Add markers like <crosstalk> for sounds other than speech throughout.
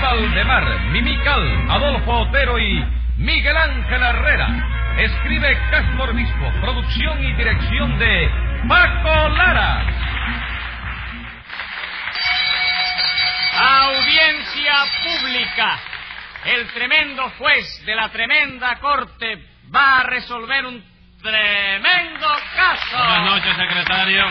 Valdemar, Mimical, Adolfo Otero y Miguel Ángel Herrera. Escribe Castro Obispo, producción y dirección de Paco Lara. Audiencia pública. El tremendo juez de la tremenda corte va a resolver un tremendo caso. Buenas noches, secretario.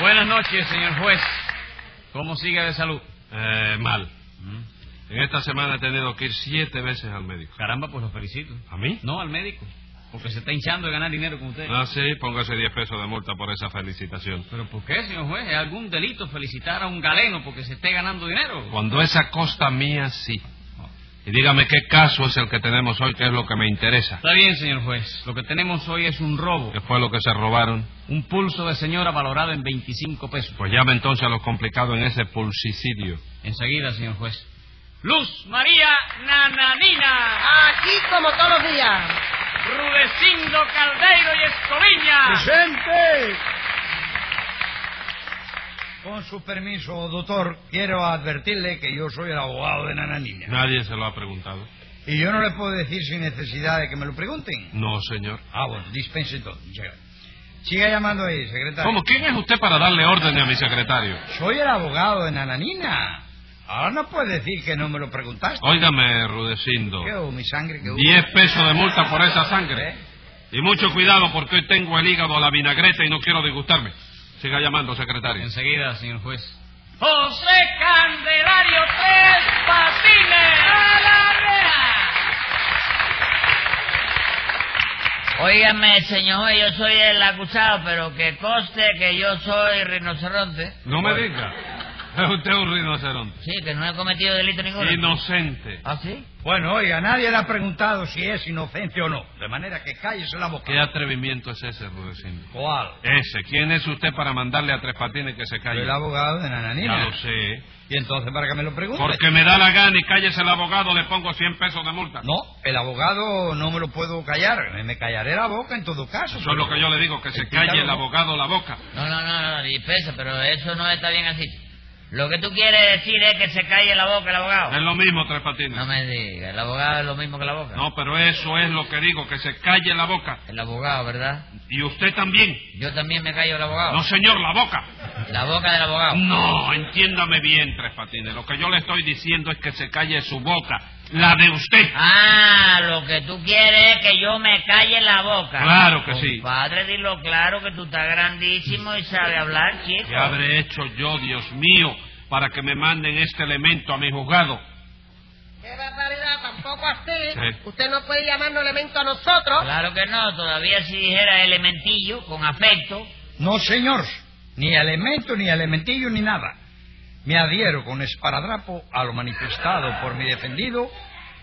Buenas noches, señor juez. ¿Cómo sigue de salud? Eh, mal. En esta semana he tenido que ir siete veces al médico. Caramba, pues lo felicito. ¿A mí? No, al médico. Porque se está hinchando de ganar dinero con usted. Ah, sí, póngase 10 pesos de multa por esa felicitación. ¿Pero por qué, señor juez? ¿Es algún delito felicitar a un galeno porque se esté ganando dinero? Cuando es a costa mía, sí. Y dígame qué caso es el que tenemos hoy, que es lo que me interesa. Está bien, señor juez. Lo que tenemos hoy es un robo. ¿Qué fue lo que se robaron? Un pulso de señora valorado en 25 pesos. Pues llame entonces a lo complicado en ese pulsicidio. Enseguida, señor juez. Luz María Nananina, Aquí como todos los días. Rudecindo Caldeiro y Escoviña. ¡Presente! Con su permiso, doctor, quiero advertirle que yo soy el abogado de Nananina. Nadie se lo ha preguntado. Y yo no le puedo decir sin necesidad de que me lo pregunten. No, señor. Ah, bueno, dispense todo. muchas gracias. Siga llamando ahí, secretario. ¿Cómo? ¿Quién es usted para darle órdenes a mi secretario? Soy el abogado de Nananina. Ahora no puede decir que no me lo Oh. preguntaste. Óigame, Rudecindo. ¿Qué hubo, mi sangre? ¿Qué hubo? 10 pesos de multa por esa sangre. ¿Eh? Y mucho cuidado porque hoy tengo el hígado a la vinagreta y no quiero disgustarme. Siga llamando, secretario. Enseguida, señor juez. José Candelario Tres Patines a la reja. Óigame, señor, juez, yo soy el acusado, pero que coste que yo soy rinoceronte. No me diga. Es usted un rinoceronte. Sí, que no he cometido delito ninguno. Inocente. ¿Ah, sí? Bueno, oiga, nadie le ha preguntado si es inocente o no. De manera que cállese la boca. ¿Qué ah. atrevimiento es ese, Rudecindo? ¿Cuál? Ese. ¿Quién es usted para mandarle a Tres Patines que se Soy calle? el abogado de Nananina. Ya lo sé. ¿Y entonces para qué me lo pregunte? Porque me da la gana y cállese el abogado, le pongo 100 pesos de multa. No, el abogado no me lo puedo callar. Me- Me callaré la boca en todo caso. Eso es lo que yo le digo, que se calle el abogado la boca. No, no, no, no, dispensa, pero eso no está bien así. Lo que tú quieres decir es que se calle la boca Es el abogado. lo mismo, Tres Patines. No me digas, el abogado es lo mismo que la boca. No, pero eso es lo que digo, que se calle la boca. El abogado, ¿verdad? Y usted también. Yo también me callo el abogado. No, señor, la boca. La boca del abogado. No, entiéndame bien, Tres Patines. Lo que yo le estoy diciendo es que se calle su boca, la de usted. Ah, lo que tú quieres es que yo me calle la boca. Claro que sí. Padre, dilo claro que tú estás grandísimo y sabes hablar, chico. ¿Qué habré hecho yo, Dios mío, para que me manden este elemento a mi juzgado? Eh, Qué barbaridad, tampoco así. Sí. Usted no puede llamarnos elemento a nosotros. Claro que no, todavía si dijera elementillo, con afecto. No, señor. Ni elemento, ni elementillo, ni nada. Me adhiero con esparadrapo a lo manifestado por mi defendido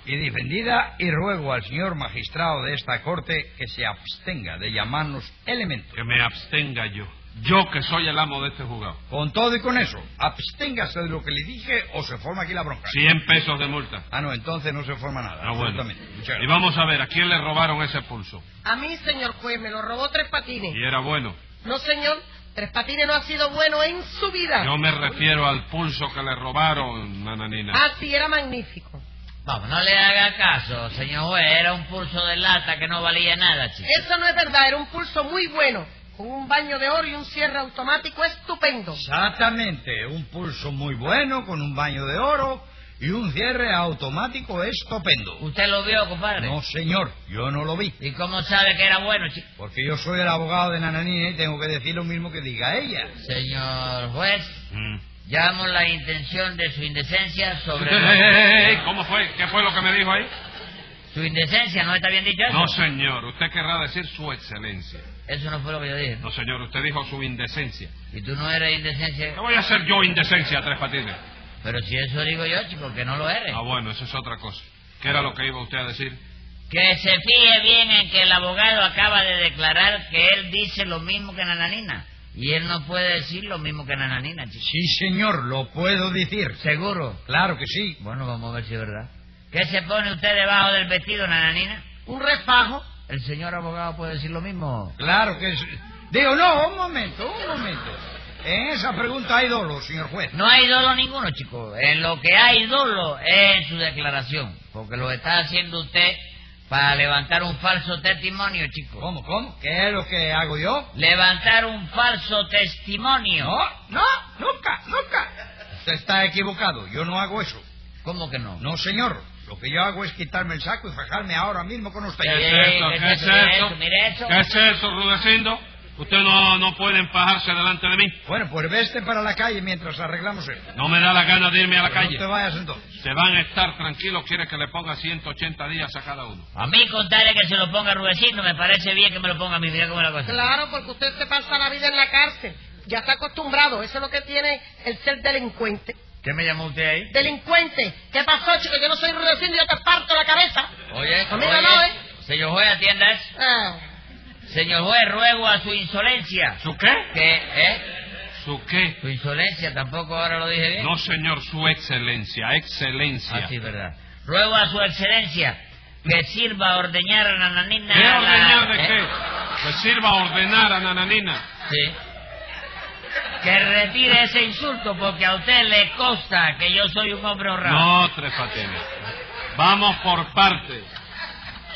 y defendida y ruego al señor magistrado de esta corte que se abstenga de llamarnos elemento. Que me abstenga yo. Yo que soy el amo de este juzgado. Con todo y con eso, absténgase de lo que le dije o se forma aquí la bronca. 100 pesos de multa. Ah, no, entonces no se forma nada. Ah, bueno. absolutamente. Muchas Y gracias. vamos a ver, ¿a quién le robaron ese pulso? A mí, señor juez, me lo robó Tres Patines. Y era bueno. No, señor, Tres Patines no ha sido bueno en su vida. Yo me refiero al pulso que le robaron, nananina. Ah, sí, era magnífico. Vamos, no le haga caso, señor juez. Era un pulso de lata que no valía nada, chico. Eso no es verdad, era un pulso muy bueno, con un baño de oro y un cierre automático estupendo. Exactamente, un pulso muy bueno con un baño de oro y un cierre automático estupendo. ¿Usted lo vio, compadre? No, señor, yo no lo vi, ¿Y cómo sabe que era bueno, chico? porque yo soy el abogado de Nananina y tengo que decir lo mismo que diga ella. Señor juez, Mm. llamo la intención de su indecencia sobre... Eh, <laughs> eh, eh, eh, ¿Cómo fue? ¿Qué fue lo que me dijo ahí? ¿Su indecencia no está bien dicho eso? No, señor. Usted querrá decir su excelencia. Eso no fue lo que yo dije. No, señor. Usted dijo su indecencia. Y tú no eres indecencia... ¿Qué voy a hacer yo indecencia, Tres Patines? Pero si eso digo yo, chico, que no lo eres. Ah, bueno, eso es otra cosa. ¿Qué era lo que iba usted a decir? Que se fije bien en que el abogado acaba de declarar que él dice lo mismo que Nananina. Y él no puede decir lo mismo que Nananina, chico. Sí, señor, lo puedo decir. ¿Seguro? Claro que sí. Bueno, vamos a ver si es verdad. ¿Qué se pone usted debajo del vestido, Nananina? Un refajo. El señor abogado puede decir lo mismo. Claro que sí. Digo, no, un momento, un momento. En esa pregunta hay dolo, señor juez. No hay dolo ninguno, chico. En lo que hay dolo es en su declaración, porque lo está haciendo usted para levantar un falso testimonio, chico. ¿Cómo, cómo? ¿Qué es lo que hago yo? Levantar un falso testimonio. No, no, nunca, nunca. Usted está equivocado, yo no hago eso. ¿Cómo que no? No, señor. Lo que yo hago es quitarme el saco y fajarme ahora mismo con usted. Sí, ¿Qué Eh, es eso? eh, ¿Qué es eso, mira eso? eso, mira eso. ¿Qué es eso, Rudecindo? Usted no, no puede empajarse delante de mí. Bueno, pues veste para la calle mientras arreglamos esto. No me da la gana de irme a la Pero No calle. te vayas entonces. Se van a estar tranquilos, quiere que le ponga 180 días a cada uno. A mí contarle que se lo ponga Rudecindo, me parece bien que me lo ponga a mí, mira cómo es la cosa. Claro, porque usted se pasa la vida en la cárcel. Ya está acostumbrado. Eso es lo que tiene el ser delincuente. ¿Qué me llamó usted ahí? Delincuente. ¿Qué pasó, chico? Yo no soy rudecindo, yo te parto la cabeza. Oye, A mí no, no, ¿eh? Señor juez, atienda eso. Ah, Señor juez, ruego a su insolencia. ¿Su qué? Que, ¿eh? ¿Su qué? Su insolencia, tampoco ahora lo dije bien. No, señor, su excelencia, excelencia. Ah, sí, verdad. Ruego a su excelencia que sirva a ordeñar a la nanina. ¿Qué a la- ordeñar de ¿eh? qué? Que sirva a ordenar a Nananina. Sí. Que retire ese insulto porque a usted le consta que yo soy un hombre honrado. No, Tres Patines. Vamos por partes.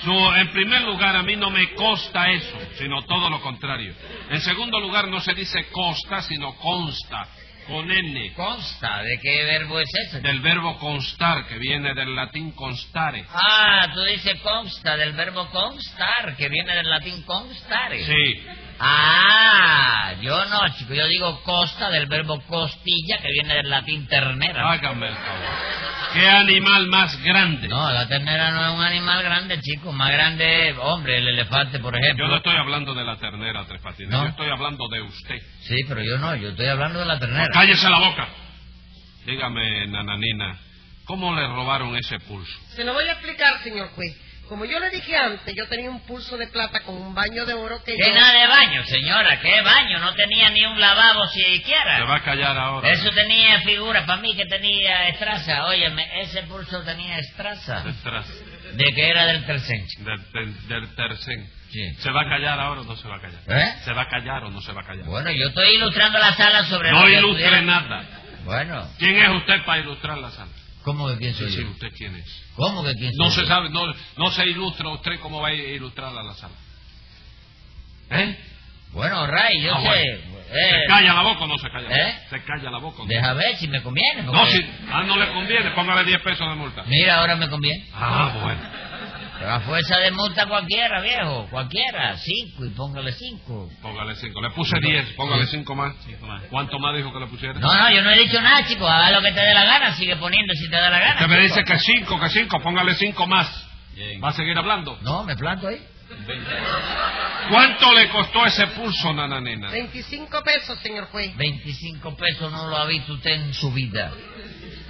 Su- en primer lugar, a mí no me costa eso, sino todo lo contrario. En segundo lugar, no se dice costa, sino consta, con N. Consta, ¿de qué verbo es ese? Del verbo constar, que viene del latín constare. Ah, tú dices consta, del verbo constar, que viene del latín constare. Sí, Ah, yo no, chico, yo digo costa del verbo costilla, que viene del latín ternera. hágame el favor. ¿Qué animal más grande? No, la ternera no es un animal grande, chico, más grande, es, hombre, el elefante, por Yo ejemplo. no estoy hablando de la ternera, Tres Patines. No. Yo estoy hablando de usted. Sí, pero yo no, yo estoy hablando de la ternera. ¡Cállese la boca! Dígame, nananina, ¿cómo le robaron ese pulso? se lo voy a explicar, señor juez. Como yo le dije antes, yo tenía un pulso de plata con un baño de oro que Que yo... nada de baño, señora, qué baño, no tenía ni un lavabo Se va siquiera. a callar ahora. Eso tenía figura, para mí que tenía estraza, óyeme, ese pulso tenía estraza, Detrás de que era del tercencho. del, del, del tercén. Sí. ¿Se va a callar ahora o no se va a callar? ¿Eh? ¿Se va a callar o no se va a callar? Bueno, yo estoy ilustrando la sala sobre lo No que ilustre pudiera- nada. Bueno, ¿Quién es usted para ilustrar la sala? ¿cómo que quién soy Sí, yo? usted quién es. ¿Cómo que quién soy No se yo? sabe, no, no se ilustra usted cómo va a ilustrar a la sala. ¿Eh? Bueno, Ray, yo Ah, sé. bueno. eh, ¿Se calla la boca o no se calla? ¿Eh? Se calla la boca. o no? deja ver si me conviene. No, porque- si ah, no le conviene, póngale 10 pesos de multa. Mira, ahora me conviene. Ah, bueno. Pero a fuerza de multa cualquiera, viejo, cualquiera. Cinco y póngale cinco. Póngale 5. Le puse 10, póngale 5 más. más. ¿Cuánto más dijo que le pusiera? No, no, yo no he dicho nada, chico. Haga lo que te dé la gana, sigue poniendo si te da la gana. Usted me chico. dice que 5, que 5, póngale 5 más. ¿Va a seguir hablando? No, me planto ahí. ¿Cuánto le costó ese pulso, nana nena? 25 pesos, señor juez. 25 pesos no lo ha visto usted en su vida.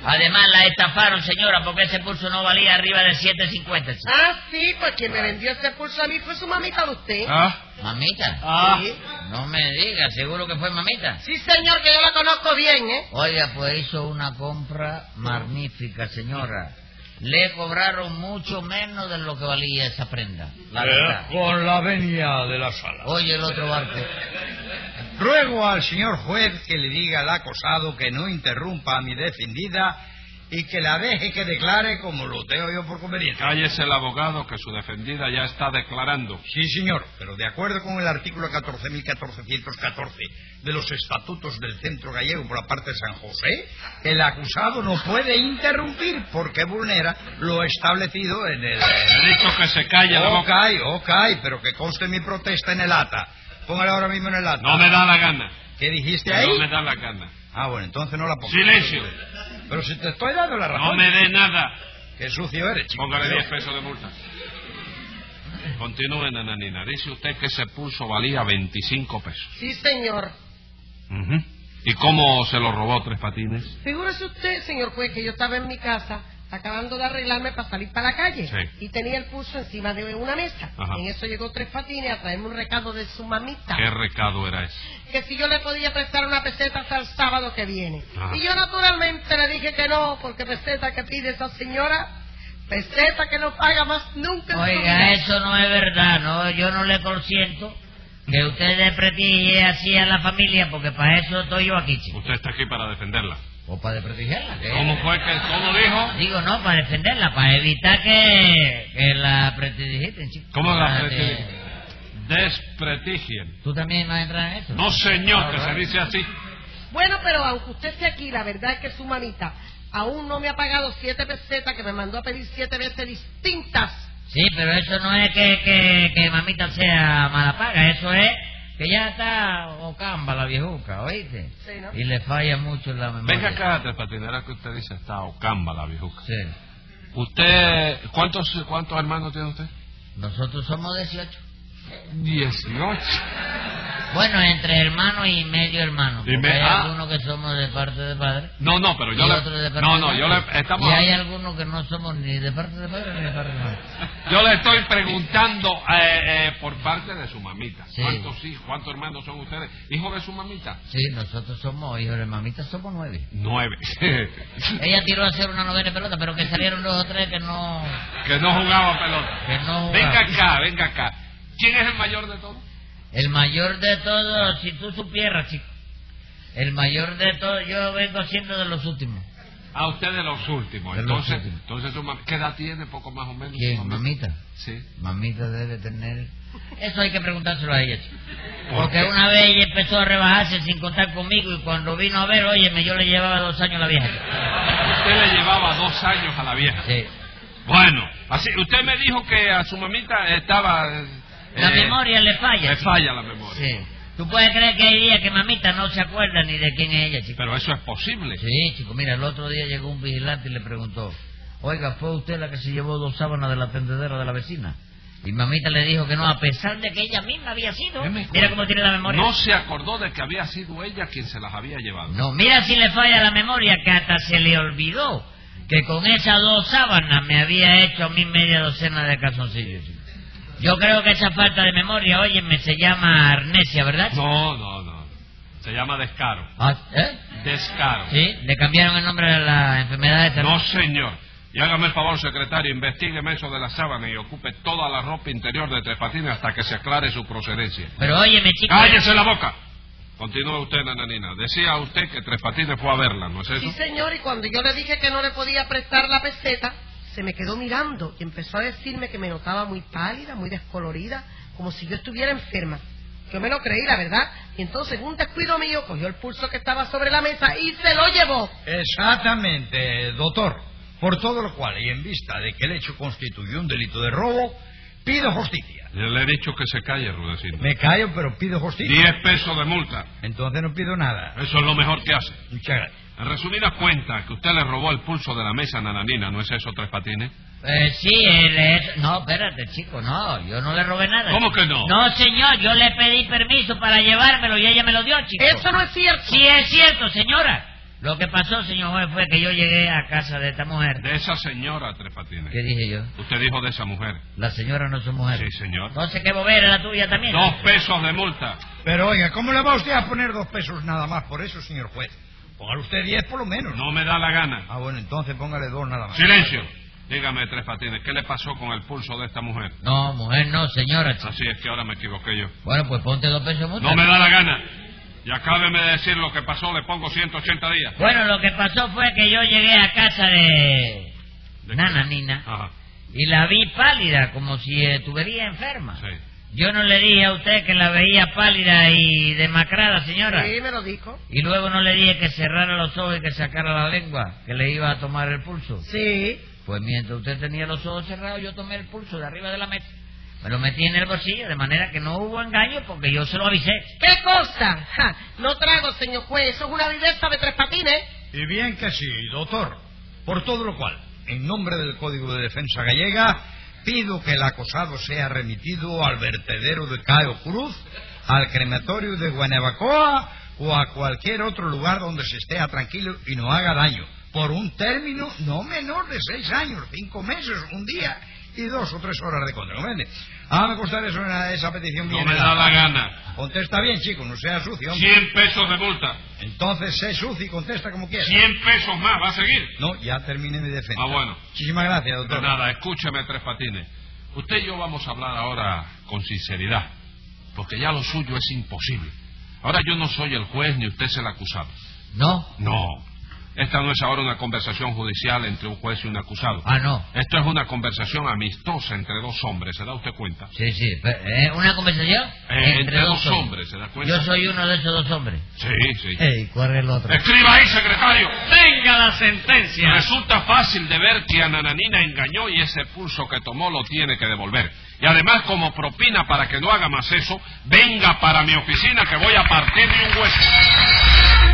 Además, la estafaron, señora, porque ese pulso no valía arriba de 7.50. chico. Ah, sí, pues quien me vendió ese pulso a mí fue su mamita de usted. ¿Ah? Mamita, Ah. Sí. no me diga, seguro que fue mamita. Sí, señor, que yo la conozco bien, ¿eh? Oiga, pues hizo una compra magnífica, señora. Le cobraron mucho menos de lo que valía esa prenda. La Eh, verdad. oh. Con la venia de la sala. Oye, el otro barco. Ruego al señor juez que le diga al acosado que no interrumpa a mi defendida y que la deje que declare como lo tengo yo por conveniente. Cállese el abogado que su defendida ya está declarando. Sí, señor, pero de acuerdo con el artículo 14.414 de los estatutos del Centro Gallego por la parte de San José, el acusado no puede interrumpir porque vulnera lo establecido en el... He dicho que se calle la Ok, boca. ok, pero que conste mi protesta en el ata. Póngala ahora mismo en el ata. No me da la gana. ¿Qué dijiste No ahí? me da la gana. Ah, bueno, entonces no la pongo. Silencio. Pero si te estoy dando la No razón. me dé nada. Qué sucio eres, chico. Póngale 10 pesos de multa. Continúe, nananina. Dice usted que ese pulso valía 25 pesos. Sí, señor. Ujú. ¿Y cómo se lo robó Tres Patines? Figúrese usted, señor juez, que yo estaba en mi casa acabando de arreglarme para salir para la calle Sí. y tenía el pulso encima de una mesa. Ajá. En eso llegó Tres Patines a traerme un recado de su mamita. ¿Qué recado era ese? que si yo le podía prestar una peseta hasta el sábado que viene. Ah. Y yo naturalmente le dije que no, porque peseta que pide esa señora, peseta que no paga más nunca. en su vida. Oiga, eso no es verdad, no, yo no le consiento Que usted desprestigie así a la familia porque para eso estoy yo aquí, chico. Usted está aquí para defenderla. O para desprestigiarla. ¿qué? ¿Cómo fue que, cómo dijo? Digo, no, para defenderla, para evitar que, que la prestigiten, chico. ¿Cómo Para la que- prete- desprestigien? ¿Tú también vas a entrar en eso? No, señor, que se dice así. Bueno, pero aunque usted esté aquí, la verdad es que su manita aún no me ha pagado siete pesetas que me mandó a pedir siete veces distintas. Sí, pero eso no es que, que, que mamita sea mala paga, eso es que ya está ocamba la viejuca, ¿oíste? Sí, ¿no? Y le falla mucho la memoria. Venga acá, Tres Patines, ahora que usted dice está Ocamba, la viejuca. Sí. ¿Usted, cuántos, cuántos hermanos tiene usted? Nosotros somos 18. Dieciocho. Bueno, entre hermano y medio hermano. Y porque me- hay ah. algunos que somos de parte de padre. No, no, pero yo y le... otros de parte No, de no, madre. yo le... Estamos... Y hay algunos que no somos ni de parte de padre ni de parte de madre. Yo le estoy preguntando eh, eh, por parte de su mamita. Sí. ¿Cuántos hijos, cuántos hermanos son ustedes? ¿Hijos de su mamita? Sí, nosotros somos hijos de mamita, <laughs> somos nueve. Nueve. que Ella tiró a hacer una novena de pelota, pero que salieron dos o tres que no... no jugaban pelota. Que no Venga jugaban. acá, venga acá. ¿Quién es el mayor de todos? El mayor de todos, si tú supieras, chico. El mayor de todos, yo vengo siendo de los últimos. A usted de los últimos. De los Entonces, últimos. entonces su mam- ¿qué edad tiene? Poco más o menos. su ¿Quién? Mamita. Sí. Mamita debe tener... Eso hay que preguntárselo a ella, chico. ¿Por Porque qué? una vez ella empezó a rebajarse sin contar conmigo y cuando vino a ver, óyeme, yo le llevaba dos años la vieja. Usted le llevaba dos años a la vieja. Sí. Bueno, así, usted me dijo que a su mamita estaba... eh, La eh, memoria le falla. Le chico. falla la memoria. Sí. ¿Tú puedes creer que hay días que mamita no se acuerda ni de quién es ella, chico? Pero eso es posible. Sí, chico, mira, el otro día llegó un vigilante y le preguntó, oiga, ¿fue usted la que se llevó dos sábanas de la tendedera de la vecina? Y mamita le dijo que no, a pesar de que ella misma había sido. Deme Mira cuenta. cómo tiene la memoria. No se acordó de que había sido ella quien se las había llevado. No, mira si le falla la memoria, que hasta se le olvidó que con esas dos sábanas me había hecho a mí media docena de calzoncillos. chico. Yo creo que esa falta de memoria, oye, me se llama amnesia, ¿verdad? chico? No, no, no. Se llama descaro. Ah, ¿eh? Descaro. Sí, le cambiaron el nombre a la enfermedad esa. No, señor. Y hágame el favor, secretario, investigueme eso de la sábana y ocupe toda la ropa interior de Tres Patines hasta que se aclare su procedencia. Pero óyeme, chico. ¡Cállese la boca! Continúa usted, nananina. Decía usted que Tres Patines fue a verla, ¿no es Sí, eso? señor, y cuando yo le dije que no le podía prestar la peseta, se me quedó mirando y empezó a decirme que me notaba muy pálida, muy descolorida, como si yo estuviera enferma. Yo me lo creí, la verdad. Y entonces, en un descuido mío, cogió el pulso que estaba sobre la mesa y se lo llevó. Exactamente, doctor. Por todo lo cual, y en vista de que el hecho constituye un delito de robo, pido justicia. Yo le he dicho que se calle, Rudecindo. Me callo, pero pido justicia. Diez pesos de multa. Entonces no pido nada. Eso es lo mejor que hace. Muchas gracias. En resumidas cuentas, que usted le robó el pulso de la mesa a Nananina, ¿no es eso, Tres Patines? Eh, sí, él es... No, espérate, chico, no, yo no le robé nada. ¿Cómo que no? No, señor, yo le pedí permiso para llevármelo y ella me lo dio, chico. Eso no es cierto. Sí, es cierto, señora. Lo que pasó, señor juez, fue que yo llegué a casa de esta mujer. De esa señora, Tres Patines. ¿Qué dije yo? Usted dijo de esa mujer. Las señoras no son mujeres. Sí, señor. pues. Entonces, ¿qué bobera la tuya también? ¿eh? Dos pesos de multa. Pero oiga, ¿cómo le va usted a poner dos pesos nada más por eso, señor juez? Póngale usted diez por lo menos. No me da la gana. Ah, bueno, entonces póngale dos nada más. Silencio. Dígame, Tres Patines, ¿qué le pasó con el pulso de esta mujer? No, mujer no, señora. chico. Así es que ahora me equivoqué yo. Bueno, pues ponte dos pesos multa. No me da la gana. Y acábeme de decir lo que pasó, le pongo 180 días. Bueno, lo que pasó fue que yo llegué a casa de... ¿De Nana qué? Ah. Nina. Ajá, Y la vi pálida, como si estuviera enferma. sí. Yo no le dije a usted que la veía pálida y demacrada, señora. Sí, me lo dijo. Y luego no le dije que cerrara los ojos y que sacara la lengua, que le iba a tomar el pulso. Sí. Pues mientras usted tenía los ojos cerrados, yo tomé el pulso de arriba de la mesa. Me lo metí en el bolsillo, de manera que no hubo engaño porque yo se lo avisé. ¿Qué cosa? Ja, no trago, señor juez. Eso es una viveza de tres patines. Y bien que sí, doctor. Por todo lo cual, en nombre del Código de Defensa Gallega, pido que el acosado sea remitido al vertedero de Cayo Cruz, al crematorio de Guanabacoa o a cualquier otro lugar donde se esté a tranquilo y no haga daño, por un término no menor de seis años, cinco meses, un día y dos o tres horas de contra. ¿comprende? Hágame constar eso, esa petición No bien me da helada. la gana. Contesta bien, chico, no sea sucio. hombre. 100 pesos de multa. Entonces sé sucio y contesta como quiera. 100 pesos más, va a seguir. No, ya terminé mi defensa. Ah, bueno. Muchísimas gracias, De doctor. nada, escúchame, Tres Patines. Usted y yo vamos a hablar ahora con sinceridad. porque ya lo suyo es imposible. Ahora yo no soy el juez ni usted es el acusado. ¿No? No. Esta no es ahora una conversación judicial entre un juez y un acusado. Ah, no. Esto es una conversación amistosa entre dos hombres, ¿se da usted cuenta? Sí, sí. pero, ¿eh? ¿Una conversación? Eh, entre dos hombres, ¿se da cuenta? Yo soy uno de esos dos hombres. Sí, sí. Ey, ¿cuál es el otro? Escriba ahí, secretario. Tenga la ah. sentencia. Resulta fácil de ver que a Nananina engañó y ese pulso que tomó lo tiene que devolver. Y además, como propina para que no haga más eso, venga para mi oficina que voy a partirle un hueso.